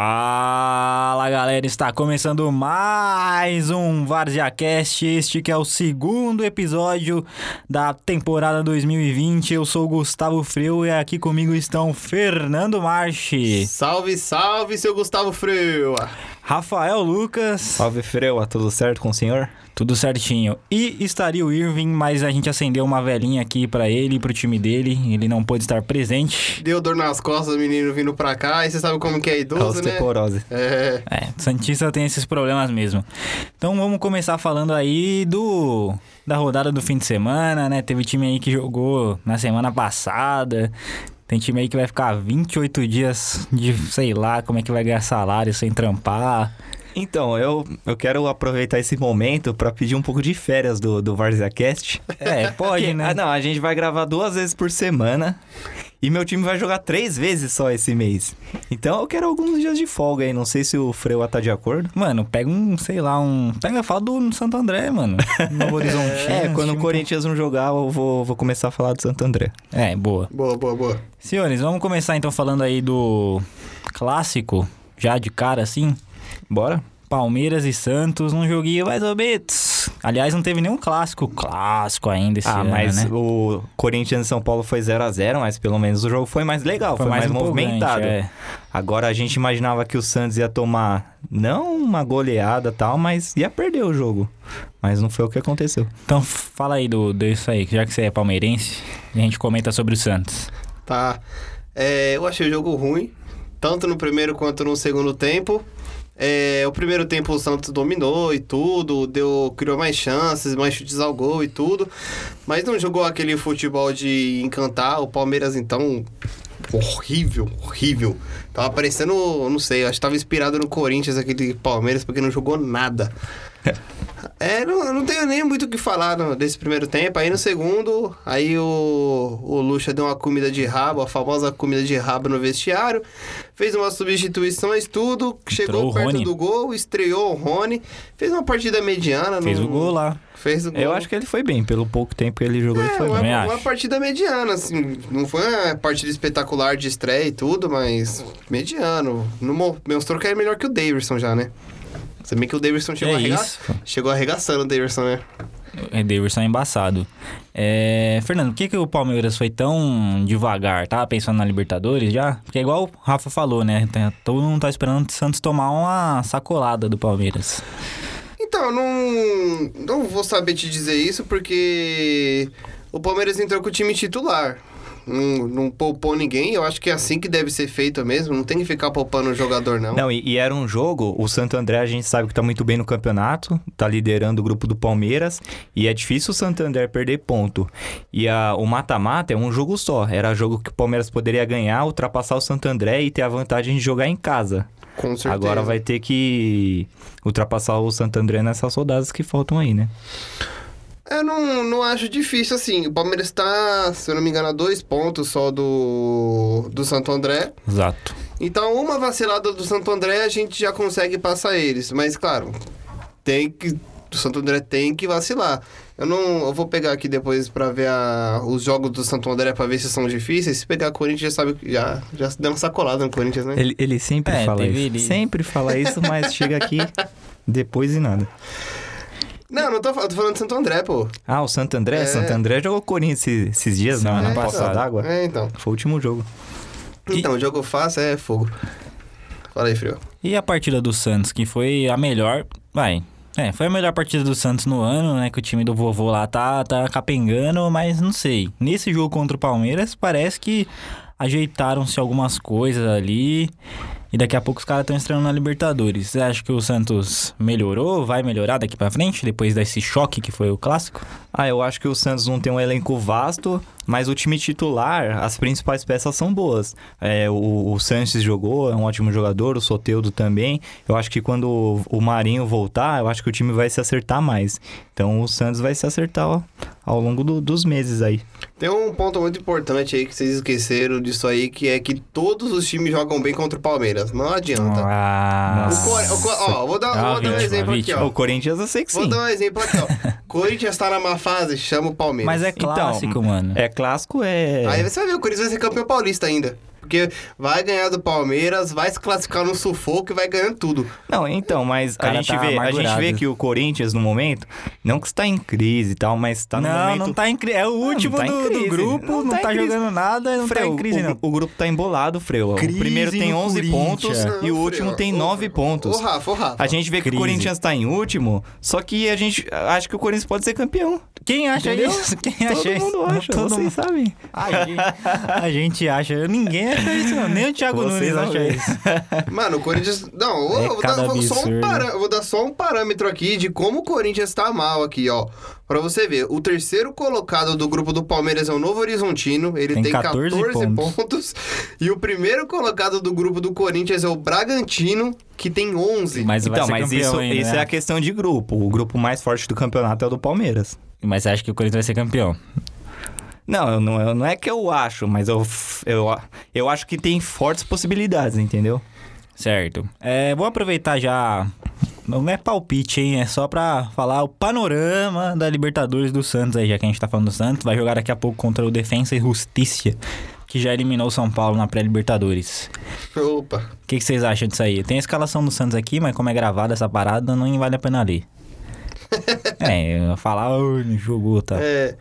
Fala galera, está começando mais um VarziaCast, este que é o segundo episódio da temporada 2020. Eu sou o Gustavo Freu e aqui comigo estão Fernando Marchi, Salve, salve, seu Gustavo Freio! Rafael Lucas, Salve Freua, tudo certo com o senhor? tudo certinho. E estaria o Irving, mas a gente acendeu uma velhinha aqui para ele e pro time dele, ele não pôde estar presente. Deu dor nas costas, o menino vindo pra cá, e você sabe como que é A idoso, né? osteoporose. É, É, Santista tem esses problemas mesmo. Então vamos começar falando aí do da rodada do fim de semana, né? Teve time aí que jogou na semana passada. Tem time aí que vai ficar 28 dias de sei lá como é que vai ganhar salário sem trampar. Então, eu, eu quero aproveitar esse momento pra pedir um pouco de férias do, do VarziaCast. É, pode, Porque- né? Ah, não, a gente vai gravar duas vezes por semana e meu time vai jogar três vezes só esse mês. Então eu quero alguns dias de folga aí, não sei se o Freua tá de acordo. Mano, pega um, sei lá, um. Pega a fala do Santo André, mano. Novo Horizonte. É, quando o time- Corinthians não jogar, eu vou, vou começar a falar do Santo André. É, boa. boa, boa, boa. Senhores, vamos começar então falando aí do clássico, já de cara assim. Bora? Palmeiras e Santos num joguinho mais ou menos. Aliás, não teve nenhum clássico clássico ainda esse ah, ano, mas né? o Corinthians e São Paulo foi 0 a 0 mas pelo menos o jogo foi mais legal, foi, mais, empolgante, movimentado. um é. Agora a gente imaginava que o Santos ia tomar não uma goleada e tal, mas ia perder o jogo. Mas não foi o que aconteceu. Então fala aí do disso aí, que já que você é palmeirense, a gente comenta sobre o Santos. Tá. É, eu achei o jogo ruim, tanto no primeiro quanto no segundo tempo. É, o primeiro tempo o Santos dominou e tudo, deu, criou mais chances, mais chutes ao gol e tudo. Mas não jogou aquele futebol de encantar. O Palmeiras, então, horrível, horrível. Tava parecendo, não sei, acho que tava inspirado no Corinthians, aquele Palmeiras, porque não jogou nada. É, não, eu não tenho nem muito o que falar no- desse primeiro tempo. Aí no segundo, aí o, o Lucha deu uma comida de rabo, a famosa comida de rabo no vestiário. Fez umas substituições, tudo. Chegou o perto Rony. do gol, estreou o Rony. Fez uma partida mediana. Fez não- o gol lá. É, Fez o gol. Eu acho que ele foi bem, pelo pouco tempo que ele jogou, ele É, foi uma, bem. também uma acho. partida mediana, assim. Não foi uma partida espetacular de estreia e tudo, mas mediano. No, mo- mostrou que é melhor que o Davidson já, né? Se bem que o Davidson chegou, é arrega- isso. chegou arregaçando o Davidson, né? É, Davidson é embaçado. É, Fernando, por que, que o Palmeiras foi tão devagar? Tava pensando na Libertadores já? Porque é igual o Rafa falou, né? Tem- Todo mundo tá esperando o Santos tomar uma sacolada do Palmeiras. Então, eu não, não vou saber te dizer isso porque o Palmeiras entrou com o time titular. Não, não poupou ninguém, eu acho que é assim que deve ser feito mesmo. Não tem que ficar poupando o jogador, não. Não, e, e era um jogo, o Santo André a gente sabe que tá muito bem no campeonato, tá liderando o grupo do Palmeiras, e é difícil o Santo André perder ponto. E a- o mata-mata é um jogo só, era jogo que o Palmeiras poderia ganhar, ultrapassar o Santo André e ter a vantagem de jogar em casa. Com certeza. Agora vai ter que ultrapassar o Santo André nessas rodadas que faltam aí, né? Eu não, não acho difícil, assim. O Palmeiras tá, se eu não me engano, a dois pontos só do, do Santo André. Exato. Então, uma vacilada do Santo André, a gente já consegue passar eles. Mas, claro, tem que... O Santo André tem que vacilar. Eu não... Eu vou pegar aqui depois pra ver a- os jogos do Santo André pra ver se são difíceis. Se pegar Corinthians, já sabe... que- Já, já se deu uma sacolada no Corinthians, né? Ele, ele sempre É, fala teve isso. ele- Sempre fala isso, mas chega aqui depois e nada. Não, não tô, fal- tô falando do Santo André, pô. Ah, o Santo André? É. Santo André jogou Corinthians esses, esses dias, não? Semana Na É, Poça então. d'Água? É, então. Foi o último jogo. Então, o jogo fácil é fogo. Fala aí, Frio. E a partida do Santos, que foi a melhor. Vai. É, foi a melhor partida do Santos no ano, né? Que o time do vovô lá tá, tá capengando, mas não sei. Nesse jogo contra o Palmeiras, parece que ajeitaram-se algumas coisas ali. E daqui a pouco os caras estão estreando na Libertadores. Você acha que o Santos melhorou? Vai melhorar daqui pra frente? Depois desse choque que foi o clássico? Ah, eu acho que o Santos não tem um elenco vasto, mas o time titular, as principais peças são boas. É, o, o Sanches jogou, é um ótimo jogador, o Soteudo também. Eu acho que quando o, o Marinho voltar, eu acho que o time vai se acertar mais. Então o Santos vai se acertar ó, ao longo do- dos meses aí. Tem um ponto muito importante aí que vocês esqueceram disso aí, que é que todos os times jogam bem contra o Palmeiras. Não adianta. Ah, O Core- o Core- ó, vou dar, É uma vou dar um vítima, exemplo aqui, vítima. ó. O Corinthians eu sei que Vou sim. dar um exemplo aqui, ó. Corinthians tá na má fase, chama o Palmeiras. Mas é Então, clássico, mano. É clássico, é. Aí você vai ver, o Corinthians vai ser campeão paulista ainda. Porque porque vai ganhar do Palmeiras, vai se classificar no sufoco e vai ganhando tudo. Não, então, mas a cara gente, tá vê, a gente amargurado. vê que o Corinthians, no momento, não que está em crise e tal, mas está no não, momento... não tá em crise. É o último tá em do, do crise. grupo, não, Não tá em tá crise. jogando nada, não Freu, tá em crise, o, não. o grupo tá embolado, Freu. Crise o primeiro tem no 11 pontos Corinthians. e Não, o último Frei, tem ô, 9 pontos. Ô, Rafa, ô, Rafa. A gente vê que Crise. o Corinthians tá em último, só que a gente acha que o Corinthians pode ser campeão. Quem acha Entendeu? isso? Quem Todo acha isso? mundo acha, Todo vocês mundo. sabem. A gente, a gente acha. Ninguém acha isso, não. Nem o Thiago Nunes Vocês não acha veem. isso. Mano, o Corinthians. Não, eu É vou, cada dar, vou- só um absurdo. parâ- eu vou dar só um parâmetro aqui de como o Corinthians tá mal aqui, ó. Pra você ver, o terceiro colocado do grupo do Palmeiras é o Novo Horizontino. Ele Tem tem, 14 14, pontos. pontos. E o primeiro colocado do grupo do Corinthians é o Bragantino, que tem 11. Mas vai então, ser mas campeão isso, ainda, isso né? é a questão de grupo. O grupo mais forte do campeonato é o do Palmeiras. Mas você acha que o Corinthians vai ser campeão? Não, eu não, eu- não é que eu acho, mas eu, eu, eu acho que tem fortes possibilidades, entendeu? Certo. É, vou aproveitar já. Não é palpite, hein? É só pra falar o panorama da Libertadores do Santos aí, já que a gente tá falando do Santos. Vai jogar daqui a pouco contra o Defensa e Justiça, que já eliminou o São Paulo na pré-Libertadores. Opa. O que, que vocês acham disso aí? Tem a escalação do Santos aqui, mas como é gravada essa parada, não vale a pena ler. é, eu ia falar, "Ô, não jogou, tá? É.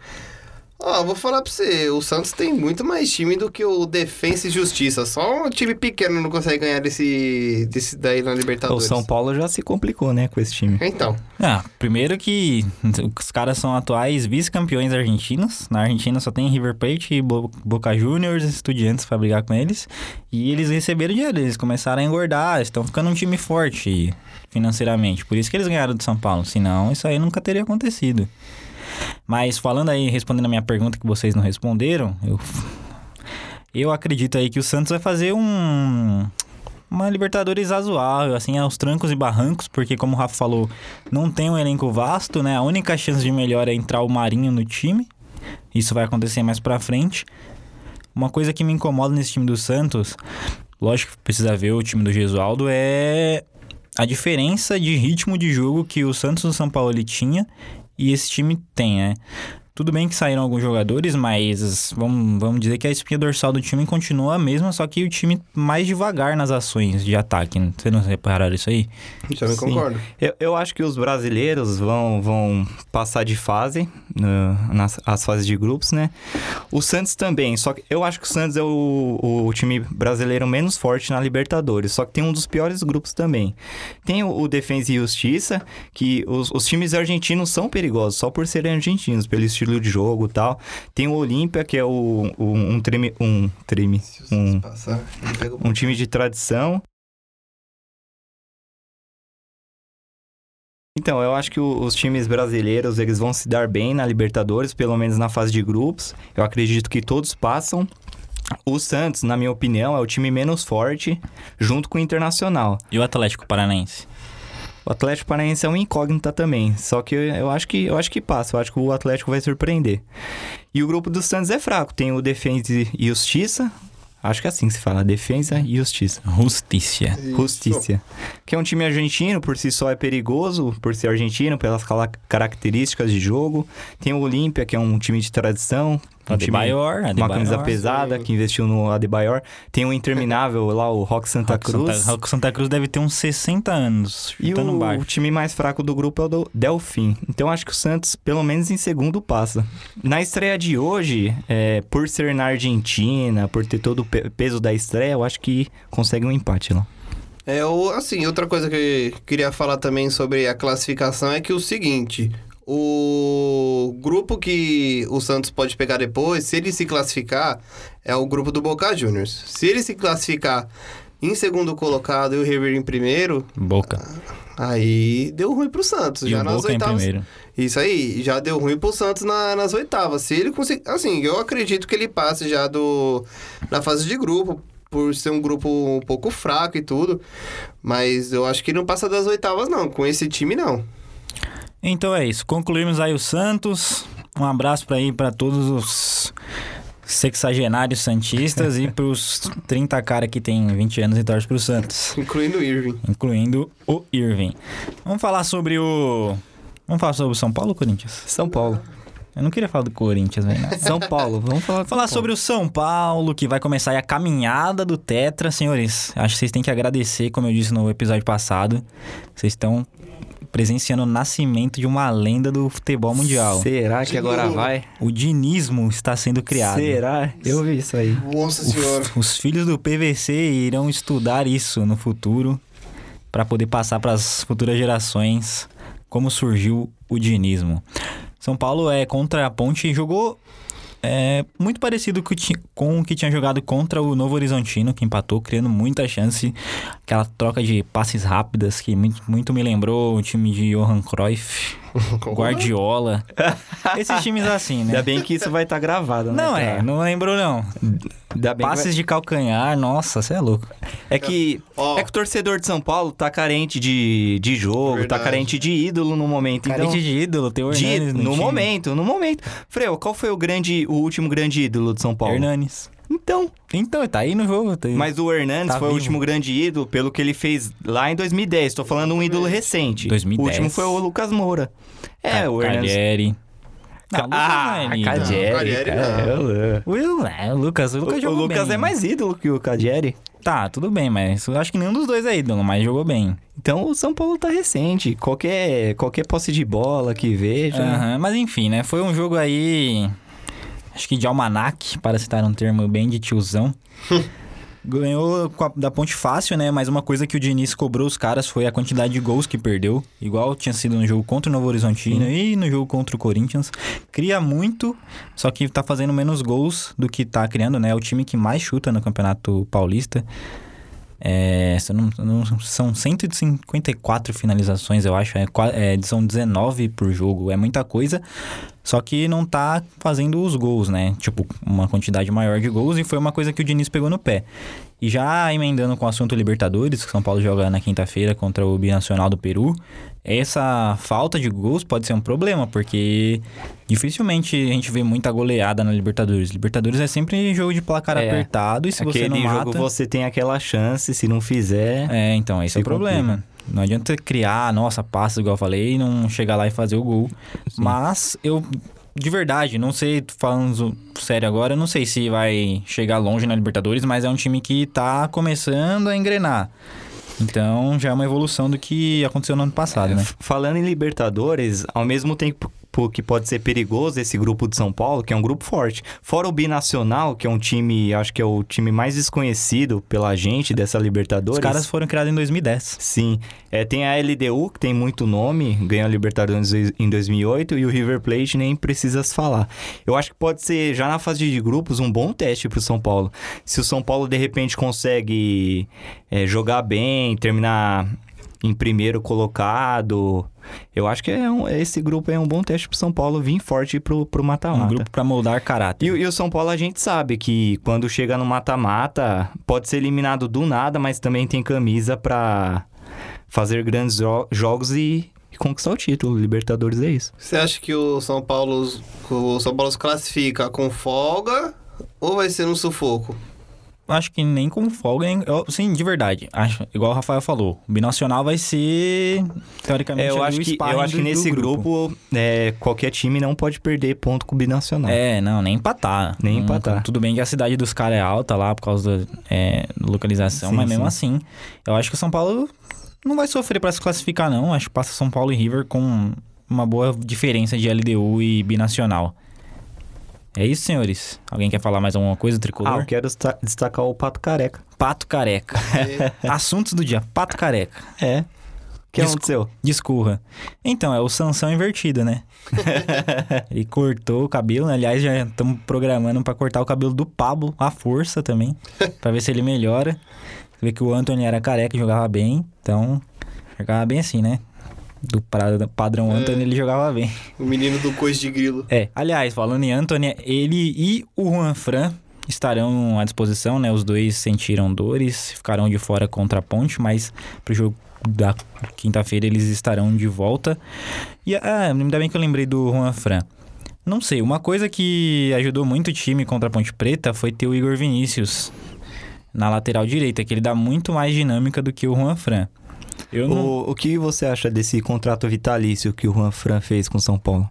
Ó, vou falar pra você, o Santos tem muito mais time do que o Defensa e Justiça. Só um time pequeno não consegue ganhar desse, desse daí na O Libertadores. São Paulo já se complicou, né, com esse time. Então. Ah, primeiro que os caras são atuais vice-campeões argentinos. Na Argentina só tem River Plate e Bo- Boca Juniors, estudiantes pra brigar com eles. E eles receberam dinheiro, eles começaram a engordar, estão ficando um time forte financeiramente. Por isso que eles ganharam do São Paulo, senão isso aí nunca teria acontecido. Mas falando aí, respondendo a minha pergunta que vocês não responderam, eu, eu acredito aí que o Santos vai fazer um uma Libertadores razoável, assim, aos trancos e barrancos, porque como o Rafa falou, não tem um elenco vasto, né? A única chance de melhor é entrar o Marinho no time. Isso vai acontecer mais pra frente. Uma coisa que me incomoda nesse time do Santos, lógico que precisa ver o time do Gesualdo, é a diferença de ritmo de jogo que o Santos do São Paulo ele tinha e esse time tem, né? Tudo bem que saíram alguns jogadores, mas vamos, vamos dizer que a espinha dorsal do time continua a mesma, só que o time mais devagar nas ações de ataque. Vocês não repararam isso aí? Já me Sim. concordo. Eu, eu acho que os brasileiros vão, vão passar de fase né, nas as fases de grupos, né? O Santos também, só que eu acho que o Santos é o, o time brasileiro menos forte na Libertadores, só que tem um dos piores grupos também. Tem o, o Defensa e Justiça, que os, os times argentinos são perigosos, só por serem argentinos, pelo estilo de jogo e tal. Tem o Olímpia, que é o, o- um treme... Um treme... Um, passar, ele pega o um time de tradição. Então, eu acho que o- os times brasileiros, eles vão se dar bem na Libertadores, pelo menos na fase de grupos. Eu acredito que todos passam. O Santos, na minha opinião, é o time menos forte, junto com o Internacional. E o Atlético Paranaense? O Atlético Paranaense é um incógnita também, só que eu, eu acho que eu acho que passa, eu acho que o Atlético vai surpreender. E o grupo do Santos é fraco, tem o Defensa e Justiça, acho que é assim que se fala, Defensa e Justiça. Justiça. Justiça. Que é um time argentino, por si só é perigoso, por ser argentino, pelas cala- características de jogo. Tem o Olímpia, que é um time de tradição. Um time, Adebayor, uma Adebayor. camisa pesada, sim. que investiu no Adebayor. Tem o Interminável lá, o Rock Santa Rock Cruz. Santa, Rock Santa Cruz deve ter uns 60 anos, E chutando um o, baixo. o time mais fraco do grupo é o do Delfim. Então acho que o Santos, pelo menos em segundo, passa. Na estreia de hoje, é, por ser na Argentina, por ter todo o pe- peso da estreia, eu acho que consegue um empate lá. É, o, assim, outra coisa que eu queria falar também sobre a classificação é que o seguinte, o grupo que o Santos pode pegar depois, se ele se classificar, é o grupo do Boca Juniors. Se ele se classificar em segundo colocado e o River em primeiro, Boca. aí deu ruim pro Santos, E já o nas Boca em oitavas. primeiro. Isso aí, já deu ruim pro Santos na- nas oitavas. Se ele conseguir. Assim, eu acredito que ele passe já do. na fase de grupo, por ser um grupo um pouco fraco e tudo. Mas eu acho que ele não passa das oitavas, não. Com esse time, não. Então é isso. Concluímos aí o Santos. Um abraço para aí para todos os sexagenários santistas e pros 30 cara que tem 20 anos e torce pro Santos, Incluindo o Irving. incluindo o Irving. Vamos falar sobre o Vamos falar sobre o São Paulo, Corinthians. São Paulo. Eu não queria falar do Corinthians, velho. não. São Paulo, vamos falar de São Falar Paulo. sobre o São Paulo, que vai começar aí a caminhada do Tetra, senhores. Acho que vocês têm que agradecer, como eu disse no episódio passado. Vocês estão presenciando o nascimento de uma lenda do futebol mundial. Será que agora novo. vai? O dinismo está sendo criado. Será? Eu vi isso aí. Nossa O- senhora. os filhos do PVC irão estudar isso no futuro para poder passar para as futuras gerações como surgiu o dinismo. São Paulo é contra a Ponte e jogou é, muito parecido com, o ti- com o que tinha jogado contra o Novo Horizontino, que empatou, criando muita chance. Aquela troca de passes rápidas que muito, muito me lembrou o time de Johan Cruyff, Guardiola. Esses times assim, Ainda né? bem que isso vai estar gravado, né? Não cara? é, não lembrou não. Ainda bem que vai- Passes de calcanhar, nossa, você é louco. É que, Ó. é que o torcedor de São Paulo tá carente de, de jogo, Verdade. tá carente de ídolo no momento. Carente então, de né, ídolo, tem o de- Hernanes no, no, time. momento, no momento. Freu, qual foi o grande, o último grande ídolo de São Paulo? Hernanes. Então, Então, tá aí no jogo. Tá aí. mas o Hernandes Tá foi o vivo. último grande ídolo pelo que ele fez lá em 2010. Tô falando um ídolo recente. 2010. O último foi o Lucas Moura. É, Ca- o Hernandes. Cagliari. Não, o Lucas Ah, não é ídolo. Cagliari, Cagliari cara. Will, é, o Lucas, o Lucas O, o jogou Lucas bem. é mais ídolo que o Cadieri. Tá, tudo bem, mas eu acho que nenhum dos dois é ídolo, mas jogou bem. Então o São Paulo tá recente. Qualquer, qualquer posse de bola que veja. Aham, mas enfim, né? Foi um jogo aí. Acho que de almanac, para citar um termo bem de tiozão. Ganhou com a- da Ponte Fácil, né? Mas uma coisa que o Diniz cobrou os caras foi a quantidade de gols que perdeu. Igual tinha sido no jogo contra o Novo Horizontino e no jogo contra o Corinthians. Cria muito, só que tá fazendo menos gols do que tá criando, né? É o time que mais chuta no Campeonato Paulista. É, se eu não- não- são 154 finalizações, eu acho. É, qua- é, são 19 por jogo. É muita coisa. Só que não tá fazendo os gols, né? Tipo, uma quantidade maior de gols. E foi uma coisa que o Diniz pegou no pé. E já emendando com o assunto Libertadores, que São Paulo joga na quinta-feira contra o Binacional do Peru. Essa falta de gols pode ser um problema, porque dificilmente a gente vê muita goleada na Libertadores. Libertadores é sempre jogo de placar É. apertado e se você Aquele não mata... jogo você tem aquela chance, se não fizer. É, então, esse é o Se complica. problema. Não adianta criar, nossa, passa, igual eu falei, e não chegar lá e fazer o gol. Mas eu, de verdade, não sei, falando zo- sério agora, eu não sei se vai chegar longe na Libertadores, mas é um time que tá começando a engrenar. Então, já é uma evolução do que aconteceu no ano passado, né? F- Falando em Libertadores, ao mesmo tempo que pode ser perigoso esse grupo de São Paulo, que é um grupo forte. Fora o Binacional, que é um time, acho que é o time mais desconhecido pela gente dessa Libertadores. Os caras foram criados em 2010. Sim. É, tem a LDU, que tem muito nome, ganhou a Libertadores em 2008, e o River Plate nem precisa se falar. Eu acho que pode ser, já na fase de grupos, um bom teste pro São Paulo. Se o São Paulo, de repente, consegue é, jogar bem, terminar em primeiro colocado, eu acho que é um- esse grupo é um bom teste pro São Paulo vir forte pro, pro mata-mata. Um grupo pra moldar caráter. E, o- e o São Paulo a gente sabe que quando chega no mata-mata, pode ser eliminado do nada, mas também tem camisa pra fazer grandes jo- jogos e, e conquistar o título. Libertadores é isso. Você acha que o São Paulo o São Paulo se classifica com folga ou vai ser no sufoco? acho que nem com folga, nem... eu- sim, de verdade. Acho, igual o Rafael falou, o Binacional vai ser, teoricamente, É, eu ali acho o que, um sparring eu acho que do- do nesse grupo, é, qualquer time não pode perder ponto com o Binacional. É, não, nem empatar. Nem Não, empatar. Tudo bem que a cidade dos caras é alta lá por causa da é, localização, Sim, mas mesmo sim. assim, eu acho que o São Paulo não vai sofrer pra se classificar, não. Acho que passa São Paulo e River com uma boa diferença de LDU e binacional. É isso, senhores. Alguém quer falar mais alguma coisa, ah, tricolor? eu quero desta- destacar o Pato Careca. Pato careca. É. Assuntos do dia, pato careca. É. O que Discu- aconteceu? Discurra. Então, é o Sansão invertido, né? Ele cortou o cabelo, né? aliás, já estamos programando pra cortar o cabelo do Pablo, à força também, Pra ver se ele melhora. Você vê que o Anthony era careca e jogava bem, então jogava bem assim, né? Do pra- padrão Anthony, ele jogava bem. O menino do coice de grilo. É, aliás, falando em Anthony, ele e o Juan Fran estarão à disposição, né? Os dois sentiram dores, ficarão de fora contra a ponte, mas pro jogo da quinta-feira eles estarão de volta. E ah, ainda bem que eu lembrei do Juan Fran. Não sei, uma coisa que ajudou muito o time contra a Ponte Preta foi ter o Igor Vinícius na lateral direita, que ele dá muito mais dinâmica do que o Juan Fran. Eu não... O, o que você acha desse contrato vitalício que o Juan Fran fez com o São Paulo?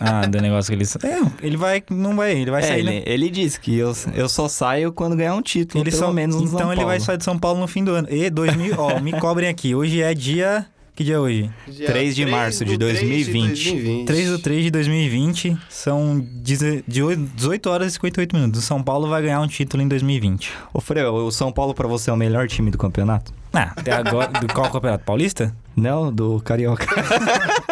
Ah, do negócio que ele. sa- É, ele vai. Não vai. Ele vai É, sair. né? ele, ele disse que eu, eu só saio quando ganhar um título, Ele pelo só- menos no então São ele vai Paulo. sair de São Paulo no fim do ano. E 2000, ó, me cobrem aqui. Hoje é dia. Que dia é hoje? Dia 3 de 3 março de do 3 2020. 3 do 3 de 2020, são 18 horas e 58 minutos. O São Paulo vai ganhar um título em 2020. Ô, Freu, o São Paulo pra você é o melhor time do campeonato? Ah, até agora. do qual campeonato? Paulista? Não, do Carioca.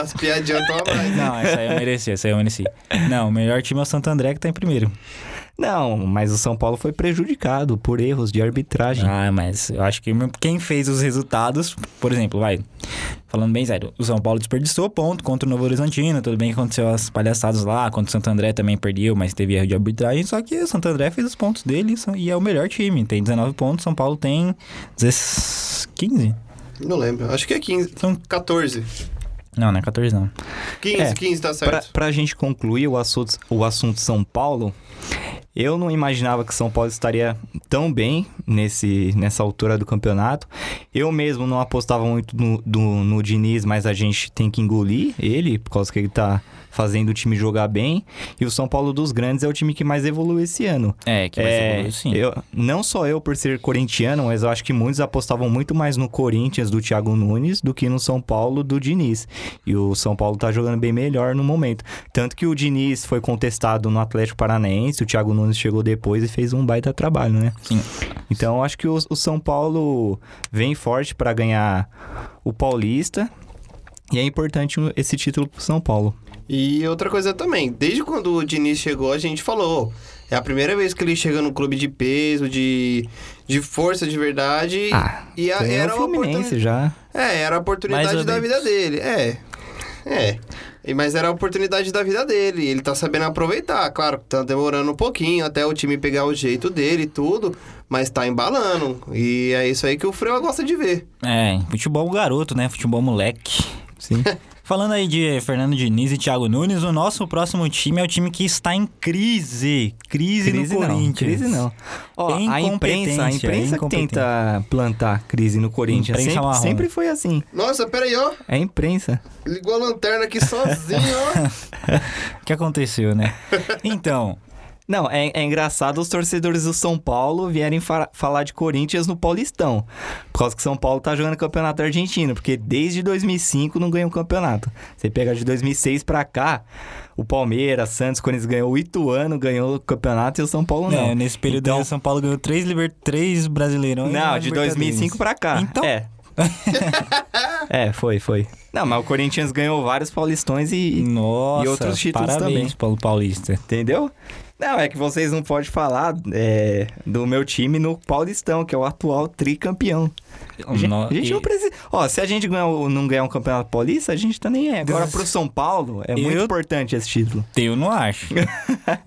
As piadinhas estão a mais. né? Não, essa aí eu mereci, essa aí eu mereci. Não, o melhor time é o Santo André que tá em primeiro. Não, mas o São Paulo foi prejudicado por erros de arbitragem. Ah, mas eu acho que quem fez os resultados, por exemplo, vai. Falando bem sério, o São Paulo desperdiçou ponto contra o Novo Horizontino. Tudo bem que aconteceu as palhaçadas lá, contra o Santo André também perdeu, mas teve erro de arbitragem. Só que o Santo André fez os pontos dele são- e é o melhor time. Tem 19 pontos, São Paulo tem 16, 15? Não lembro. Acho que é 15. São, 14. não, não é 14 não. 15, É, 15 tá Pra, certo. pra gente concluir o assunto, o assunto São Paulo, eu não imaginava que São Paulo estaria tão bem nesse, nessa altura do campeonato. Eu mesmo não apostava muito no, do- no Diniz, mas a gente tem que engolir ele, por causa que ele tá fazendo o time jogar bem. E o São Paulo dos Grandes é o time que mais evoluiu esse ano. É, que vai É, ser sim. eu- não só eu por ser corintiano, mas eu acho que muitos apostavam muito mais no Corinthians do Thiago Nunes do que no São Paulo do Diniz. E o São Paulo tá jogando bem melhor no momento. Tanto que o Diniz foi contestado no Atlético Paranaense, o Thiago Nunes chegou depois e fez um baita trabalho, né? Sim. Então eu acho que o, o São Paulo vem forte pra ganhar o Paulista. E é importante esse título pro São Paulo. E outra coisa também, desde quando o Diniz chegou, a gente falou. É a primeira vez que ele chega num clube de peso, de, de força de verdade. Ah, e a- Ganhou É, era o uma Fluminense já. É, era a Mais oportunidade ou da menos. vida dele. É. É. E- Mas era a oportunidade da vida dele. Ele tá sabendo aproveitar. Claro, tá demorando um pouquinho até o time pegar o jeito dele e tudo. Mas tá embalando. E é isso aí que o Freua gosta de ver. É, futebol garoto, né? Futebol moleque. Sim. Falando aí de Fernando Diniz e Thiago Nunes, o nosso próximo time é o time que está em crise. Crise, no Corinthians. Crise não. Ó, a imprensa, a Incompetência, imprensa que incompetência. tenta plantar crise no Corinthians Imprensa sempre, marrom. sempre foi assim. Nossa, pera aí, ó. É a imprensa. Ligou a lanterna aqui sozinho, ó. O que aconteceu, né? Então, Não, é, é engraçado os torcedores do São Paulo vierem fa- falar de Corinthians no Paulistão. Por causa que São Paulo tá jogando campeonato argentino, porque desde 2005 não ganhou um campeonato. Você pega de 2006 pra cá, o Palmeiras, Santos, Corinthians ganhou, o Ituano ganhou o campeonato e o São Paulo não. né, nesse período Então- aí, o São Paulo ganhou três, liber... três brasileirões. Não, de 2005 pra cá. Então- É. é, foi, foi. Não, mas o Corinthians ganhou vários paulistões e. Nossa, E outros títulos parabéns também. Paulo Paulista. Entendeu? Não, é que vocês não podem falar é, do meu time no Paulistão, que é o atual tricampeão. Gen- No- A gente é um não e- precisa. Ó, se a gente ganhar o- não ganhar um campeonato paulista, a gente tá nem aí. Agora pro São Paulo é muito Eu- importante esse título. Eu não acho.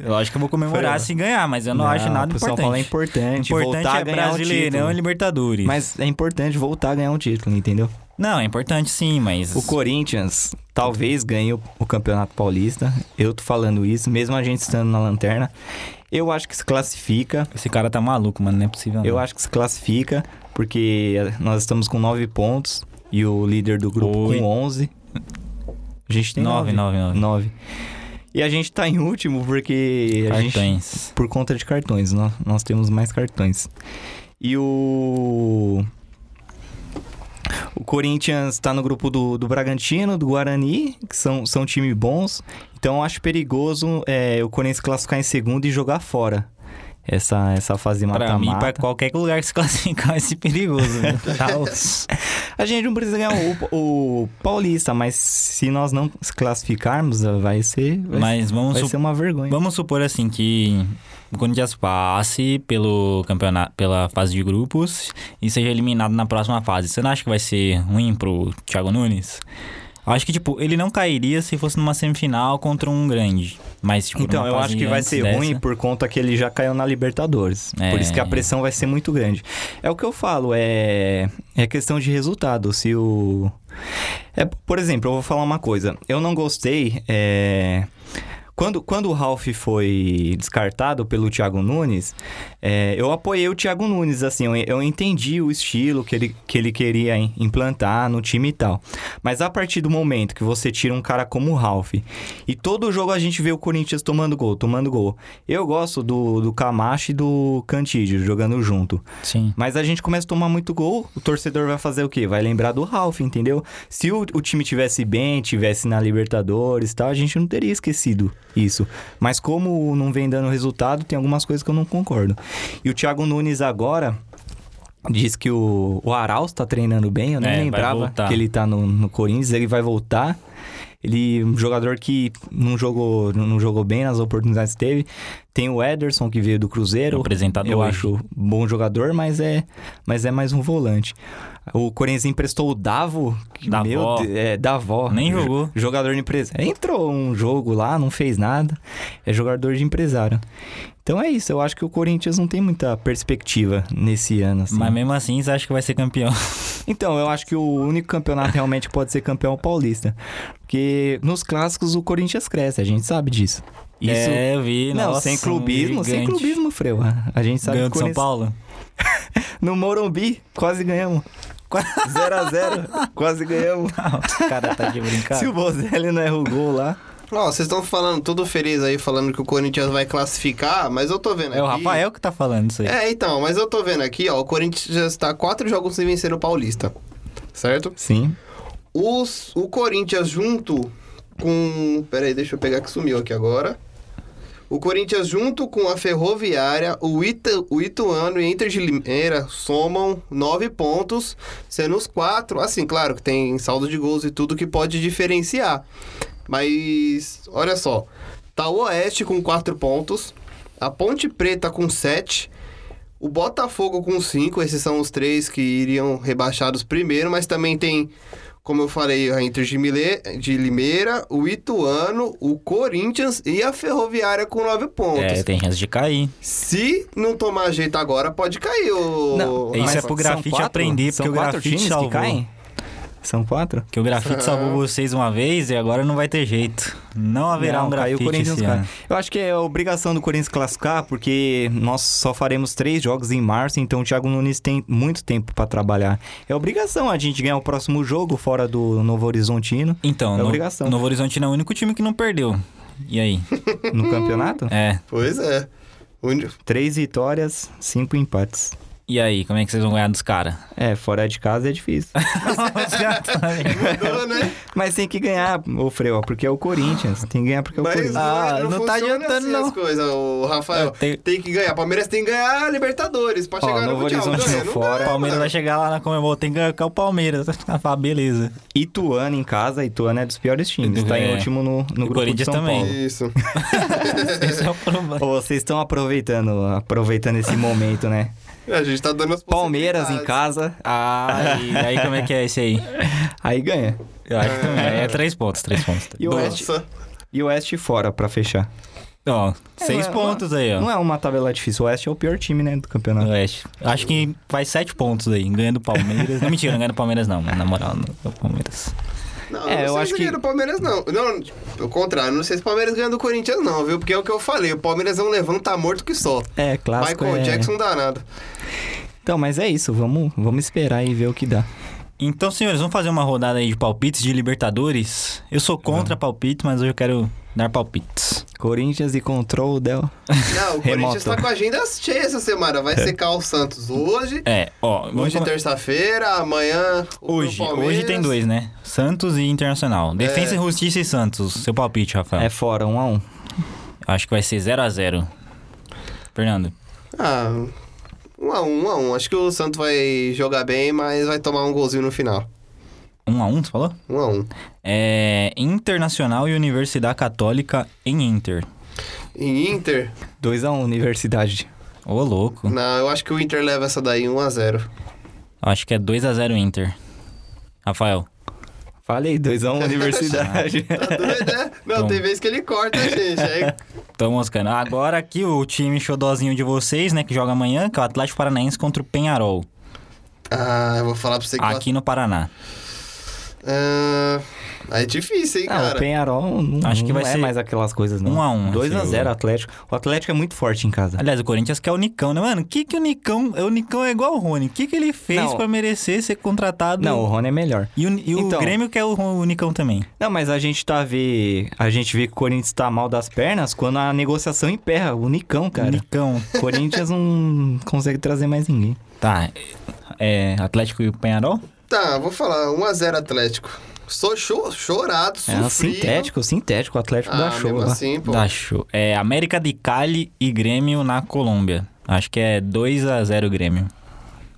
Lógico que um eu vou comemorar Foi, se ganhar, mas eu não, acho nada pro importante. São Paulo é importante, importante voltar é a ganhar um Brasileirão e título. Libertadores. Mas é importante voltar a ganhar um título, entendeu? Não, é importante sim, mas... O Corinthians talvez ganhe o, o Campeonato Paulista. Eu tô falando isso, mesmo a gente estando na lanterna. Eu acho que se classifica. Esse cara tá maluco, mano. Não é possível. Eu não. acho que se classifica, porque eh, nós estamos com nove pontos e o líder do grupo Oi. com 11. A gente tem Nove, nove. nove, nove. Nove. E a gente tá em último porque a gente Cartões. por conta de cartões. Nós, nós temos mais cartões. E o. O Corinthians tá no grupo do, do Bragantino, do Guarani, que são, são times bons. Então eu acho perigoso é, o Corinthians classificar em segundo e jogar fora. Essa, essa fase Pra mim, pra mata-mata. qualquer lugar que se classificar vai ser perigoso. né? Tá, Caos. A gente não precisa ganhar o, o Paulista, mas se nós não se classificarmos, vai ser, vai, Mas vamos, vai su- ser uma vergonha. vamos supor assim que o Corinthians passe pelo campeonato, pela fase de grupos e seja eliminado na próxima fase. Você não acha que vai ser ruim pro Thiago Nunes? Acho que, tipo, ele não cairia se fosse numa semifinal contra um grande. Mas, tipo, Então, numa eu fase acho que vai antes ser dessa- ruim por conta que ele já caiu na Libertadores. É. Por isso que a pressão vai ser muito grande. É o que eu falo, é, é questão de resultado. Se o. É, por exemplo, eu vou falar uma coisa. Eu não gostei. é, Quando, quando o Ralph foi descartado pelo Thiago Nunes, é, eu apoiei o Thiago Nunes, assim, eu, eu entendi o estilo que ele, que ele queria im- implantar no time e tal. Mas a partir do momento que você tira um cara como o Ralph, e todo jogo a gente vê o Corinthians tomando gol, tomando gol. Eu gosto do, do Camacho e do Cantídio jogando junto. Sim. Mas a gente começa a tomar muito gol, o torcedor vai fazer o quê? Vai lembrar do Ralf, entendeu? Se o, o time tivesse bem, tivesse na Libertadores e tal, a gente não teria esquecido isso. Mas como não vem dando resultado, tem algumas coisas que eu não concordo. E o Thiago Nunes agora diz que o, o Arauz tá treinando bem, eu nem É, vai lembrava voltar. que ele tá no, no Corinthians, ele vai voltar. Ele um jogador que não jogou, não jogou bem nas oportunidades que teve. Tem o Ederson que veio do Cruzeiro, É um Apresentador. eu acho bom jogador, mas é, mas é mais um volante. O Corinthians emprestou o Davo, que, Davó. meu, Deus, é Davo. Nem jogou. Jogador de empresário. Entrou um jogo lá, não fez nada. É jogador de empresário. Então é isso, eu acho que o Corinthians não tem muita perspectiva nesse ano assim. Mas mesmo assim, você acha que vai ser campeão? Então, eu acho que o único campeonato realmente que pode ser campeão é o paulista. Porque nos clássicos o Corinthians cresce, a gente sabe disso. Isso É, eu vi. Não, nossa, sem um clubismo, sem gigante. clubismo, Freu. A gente sabe Ganhou que do São o Corinthians- Paulo? No Morumbi, quase ganhamos. 0x0, quase ganhamos. o cara tá de brincadeira. Se o Bozelli não erra o gol lá. Ó, vocês estão falando, todo feliz aí, falando que o Corinthians vai classificar, mas eu tô vendo aqui... É o Rafael que tá falando isso aí. É, então, mas eu tô vendo aqui, ó, o Corinthians já está quatro jogos sem vencer o Paulista, certo? Sim. Os, o Corinthians junto com... Peraí, deixa eu pegar que sumiu aqui agora. O Corinthians junto com a Ferroviária, o, Ita, o Ituano e Inter de Limeira somam nove pontos, sendo os quatro... Assim, claro que tem saldo de gols e tudo que pode diferenciar. Mas, olha só. Tá o Oeste com quatro pontos, a Ponte Preta com sete... O Botafogo com 5, esses são os três que iriam rebaixados primeiro, mas também tem, como eu falei, a Inter de, Mile- de Limeira, o Ituano, o Corinthians e a Ferroviária com 9 pontos. É, tem chance de cair. Se não tomar jeito agora, pode cair o... Não, Isso Mas é pro são grafite quatro? aprender, São porque o quatro grafite times salvou. que caem? São quatro? Que o grafite salvou vocês uma vez e agora não vai ter jeito. Não haverá Não, um caiu, o grafite Corinthians esse cai. ano. Eu acho que é obrigação do Corinthians classificar, porque nós só faremos três jogos em março, então o Thiago Nunes tem muito tempo pra trabalhar. É obrigação a gente ganhar o próximo jogo fora do Novo Horizontino, Então, É no- obrigação. Novo Horizontino é o único time que não perdeu. E aí? no campeonato. É. Pois é. Onde- Três vitórias, cinco empates. E aí, como é que vocês vão ganhar dos caras? É, fora de casa é difícil. Mudou, né? Mas tem que ganhar, ô Freu, porque é o Corinthians. Tem que ganhar porque é o Mas Corinthians. Ah, não, não tá tá adiantando, assim não. as coisas, o Rafael. É, tem- tem... que ganhar. Palmeiras tem que ganhar a Libertadores pra Ó, chegar Novo no Mundial. Horizonte Ganha, no não fora. o ganha, Palmeiras mano. vai chegar lá na Comebol, tem que ganhar o Palmeiras. Ah, fala, beleza. Ituano em casa, Ituano é dos piores times. Tá É. em último no, no grupo Corinthians de São também. Paulo. Isso. Esse é o problema. Ô, vocês estão aproveitando, aproveitando esse momento, né? A gente tá dando as Palmeiras em possibilidades. casa, né? Ah, e aí como é que é esse aí? aí ganha. Eu acho que também. É três pontos, três pontos. E o Oeste, Nossa. e o Oeste fora pra fechar. Ó, É, seis não é- pontos aí, ó. Não é uma tabela difícil. O Oeste é o pior time, né, do campeonato. No Oeste. Acho que faz sete pontos aí. Ganha do Palmeiras. não, mentira, não ganha do Palmeiras, não. mas Na moral, não ganha do Palmeiras. Não, eu É, não eu sei acho se que- ganha do Palmeiras, não. Não, pelo contrário, não sei se o Palmeiras ganha do Corinthians, não, viu? Porque é o que eu falei, o Palmeiras não levanta tá morto que só. É, clássico Michael é... Jackson danado. Então, mas é isso. Vamos, vamos esperar e ver o que dá. Então, senhores, vamos fazer uma rodada aí de palpites de Libertadores. Eu sou contra palpites, mas hoje eu quero dar palpites. Corinthians e Control, Del. Não, o Remoto. Corinthians tá com a agenda cheia essa semana. É. Vai secar o Santos hoje, É, ó. vamos hoje come- terça-feira, amanhã o hoje, Palmeiras. hoje tem dois, né? Santos e Internacional. Defensa e Justiça e Santos. Seu palpite, Rafael. É fora, um a um. Acho que vai ser 0 a 0 Fernando. Ah, um a um, um a um. Acho que o Santos vai jogar bem, mas vai tomar um golzinho no final. 1 a 1 você falou? Um a um. É. Internacional e Universidade Católica em Inter. Em Inter, 2 a 1 Universidade. Ô, louco. não, eu acho que o Inter leva essa daí 1 a 0 Acho que é 2 a 0 Inter. Rafael. Falei, 2 a 1 Universidade. Tá doido, né? Não, Bom. tem vez que ele corta, gente. Aí Tô moscando. Agora aqui o time xodózinho de vocês, né, que joga amanhã, que é o Atlético Paranaense contra o Penharol, Ah, eu vou falar pra você que aqui no Paraná. eu... Ah, Aí é difícil, hein, Ah, cara? o Penharol não, Acho que não vai é ser mais aquelas coisas, não. um a um, 2 a assim, 0 o- Atlético. O Atlético é muito forte em casa. Aliás, o Corinthians quer o Nicão, né, mano? O que, que o Nicão. O Nicão é igual o Rony. O que, que ele fez Não. pra merecer ser contratado? Não, o Rony é melhor. E o, e o Então. Grêmio quer o, Ron- o Nicão também. Não, mas a gente tá vê, a gente vê que o Corinthians tá mal das pernas quando a negociação emperra, o Nicão, cara. Nicão. O Corinthians não consegue trazer mais ninguém. Tá. É. Atlético e o Penharol? Tá, vou falar. 1x0 Atlético. Sou cho- chorado, É um sofrido. sintético, sintético, o Atlético Ah, dá show mesmo lá. assim, pô. Dá show. É América de Cali e Grêmio na Colômbia. Acho que é 2x0 Grêmio.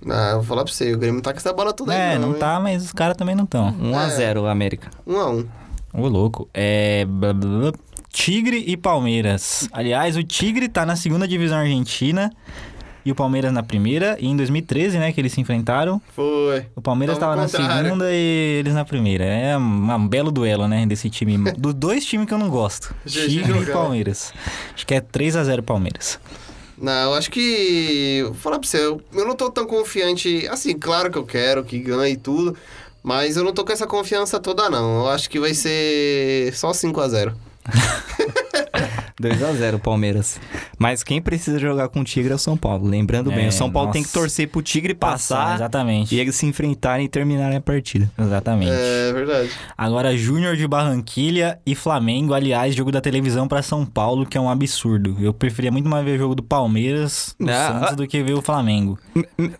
Ah, eu vou falar pra você. O Grêmio tá com essa bola toda é, aí, não hein? tá, mas os caras também não estão. 1 é. a 0 América. 1x1. Ô, louco. É. blá, blá, blá. Tigre e Palmeiras. Aliás, o Tigre tá na segunda divisão argentina e o Palmeiras na primeira. E em 2013, né, que eles se enfrentaram. Foi. O Palmeiras Tamo tava na contrário. segunda e eles na primeira. É um, um belo duelo, né, desse time. Dos dois times que eu não gosto. GG Tigre e jogando. Palmeiras. Acho que é 3 a 0 Palmeiras. Não, eu acho que. Vou falar pra você, eu, eu não tô tão confiante. Assim, claro que eu quero que ganhe e tudo, mas eu não tô com essa confiança toda, não. Eu acho que vai ser só 5x0. 2 a 0 Palmeiras. Mas quem precisa jogar com o Tigre é o São Paulo, lembrando bem, É, o São Paulo tem que nossa. torcer pro Tigre passar Exatamente. e é eles se enfrentarem e terminarem a partida. Exatamente. É verdade. Agora, Júnior de Barranquilha e Flamengo. Aliás, jogo da televisão pra São Paulo, que é um absurdo. Eu preferia muito mais ver o jogo do Palmeiras, do Ah, Santos, ah. do que ver o Flamengo.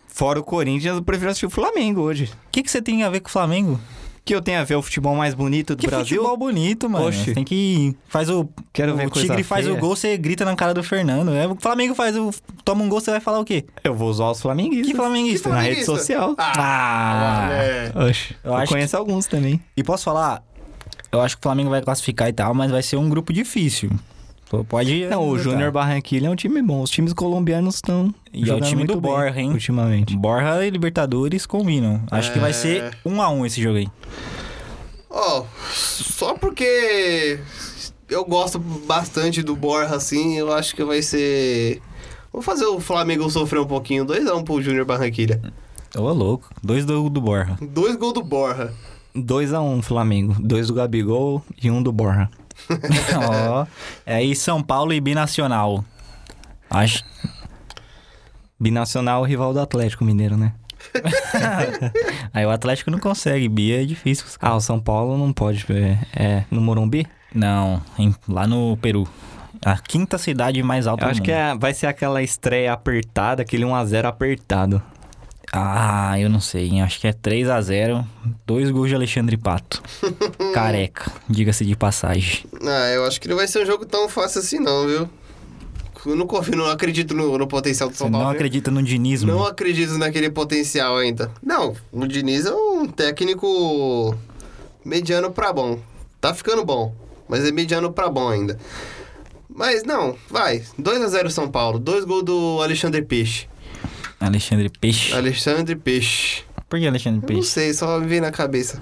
Fora o Corinthians, eu prefiro assistir o Flamengo hoje. O que, que você tem a ver com o Flamengo? Que eu tenho a ver o futebol mais bonito do Que Brasil. futebol bonito, mano. Oxe. Você Tem que. Faz o. Quero ver o coisa Tigre faz feia. o gol, você grita na cara do Fernando. né? O Flamengo faz o. Toma um gol, você vai falar o quê? Eu vou usar os flamenguistas. Que flamenguista? tá Na flamenguista? rede social. Ah! É. Oxe, Eu eu, acho conheço alguns também. E posso falar? Eu acho que o Flamengo vai classificar e tal, mas vai ser um grupo difícil. Pô, Pode. Não, o Júnior Barranquilha é um time bom. Os times colombianos estão E é o jogando time muito do bem Borja, hein? Ultimamente. Borra e Libertadores combinam. Acho que É. vai ser um a um esse jogo aí. Ó, só porque eu gosto bastante do Borja, assim, eu acho que vai ser. Vou fazer o Flamengo sofrer um pouquinho. 2x1 pro Júnior Barranquilha. Ô, louco. Dois do, do Borra. Dois gols do Borja. 2x1 Flamengo. Dois do Gabigol e um do Borja. Ó. É aí São Paulo e Binacional. Acho. Binacional, rival do Atlético Mineiro, né? Aí o Atlético não consegue. Bia é difícil. pros caras. Ah, o São Paulo não pode. É, é no Morumbi? Não, em- lá no Peru. A quinta cidade mais alta Eu do acho mundo. que é- vai ser aquela estreia apertada, aquele 1x0 apertado. Ah, eu não sei. hein? Acho que é 3 a 0 Dois gols de Alexandre Pato. Careca, diga-se de passagem. Ah, eu acho que não vai ser um jogo tão fácil assim, não, viu? Eu não confio, não acredito no, no potencial do Você São Paulo. não é- viu? acredita no dinismo? Não acredito naquele potencial ainda. Não, o Diniz é um técnico mediano pra bom. Tá ficando bom, mas é mediano pra bom ainda. Mas não, vai. 2 a 0 São Paulo. Dois gols do Alexandre Peixe. Alexandre Peixe. É. Alexandre Peixe. Por que Alexandre Eu não Peixe? sei, só me veio na cabeça.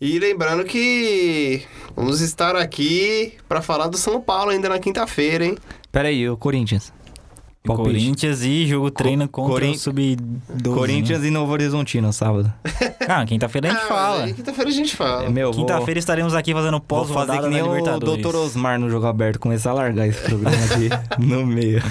E lembrando que vamos estar aqui pra falar do São Paulo ainda na quinta-feira, hein? Pera aí, o Corinthians. Palpite. Corinthians e jogo treino contra Corin- o Sub-12. Corinthians e Novo Horizontino, sábado. Ah, quinta-feira a gente Ah, é fala. É aí Quinta-feira a gente fala. Meu, vou- Quinta-feira estaremos aqui fazendo Vou fazer pós-rodada que da nem o Libertadores. Dr. Osmar no jogo aberto, começar a largar esse programa aqui no meio.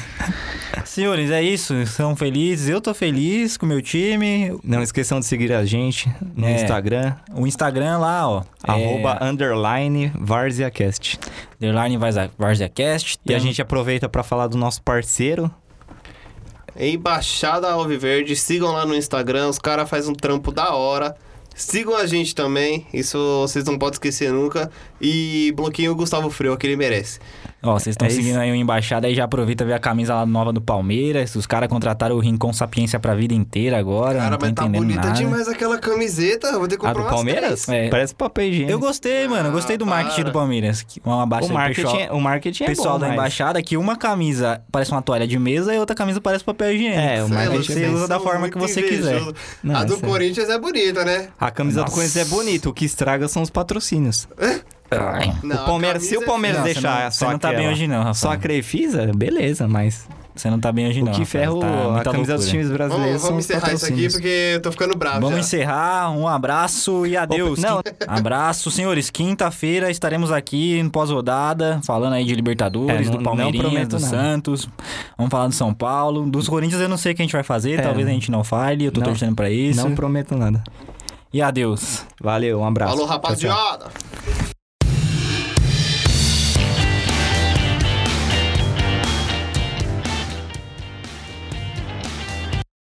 Senhores, é isso. São felizes. Eu tô feliz com o meu time. Não esqueçam de seguir a gente no É. Instagram, O Instagram lá, ó. arroba underline VarziaCast. É, underline Varza- VarziaCast. E a gente aproveita pra falar do nosso parceiro. Embaixada Alviverde, sigam lá no Instagram, os caras fazem um trampo da hora. Sigam a gente também, isso vocês não podem esquecer nunca. E bloqueiem o Gustavo Freu, que ele merece. Ó, vocês estão É isso. seguindo aí o Embaixada aí já aproveita ver a camisa lá nova do Palmeiras. Os caras contrataram o Rincon Sapiência pra vida inteira agora. Cara, não tô mas tá entendendo bonita nada. demais aquela camiseta, eu vou ter que A comprar do umas Palmeiras? três. É. Parece papel higiênico. Eu gostei, mano. Eu Gostei do Ah, marketing para. do Palmeiras. Que- Um abaixo o aí, marketing, pessoal. o marketing é pessoal bom, da mas- embaixada que uma camisa parece uma toalha de mesa e outra camisa parece papel higiênico. É, o três. marketing você Sei lá, vocês usa da são forma que muito você quiser. invejoso. Não, a do essa- Corinthians é bonita, né? A camisa Nossa. do Corinthians é bonita, o que estraga são os patrocínios. Ai. Não, o a Palmeiras, se camisa é o Palmeiras Não, você deixar não- só você não tá bem aquela- hoje não, Rafa. só a Crefisa, beleza, mas Você não tá bem hoje, O não. que rapaz. ferro tá a muita camisa dos loucura. times brasileiros Vamos, vamos são os encerrar isso aqui patrocínios. porque eu tô ficando bravo Vamos Tá, já. encerrar. Um abraço e adeus. não. Quin- Abraço, senhores. Quinta-feira estaremos aqui em pós-rodada, falando aí de É, Libertadores, não- do não Palmeirinhas, prometo do nada. Santos. Vamos falar do São Paulo. Dos Corinthians eu não sei o que a gente vai fazer. É. Talvez a gente não fale. Eu tô Não. torcendo pra isso. Não prometo nada. E adeus. Valeu, um abraço. Falou, Tchau, tchau. rapaziada!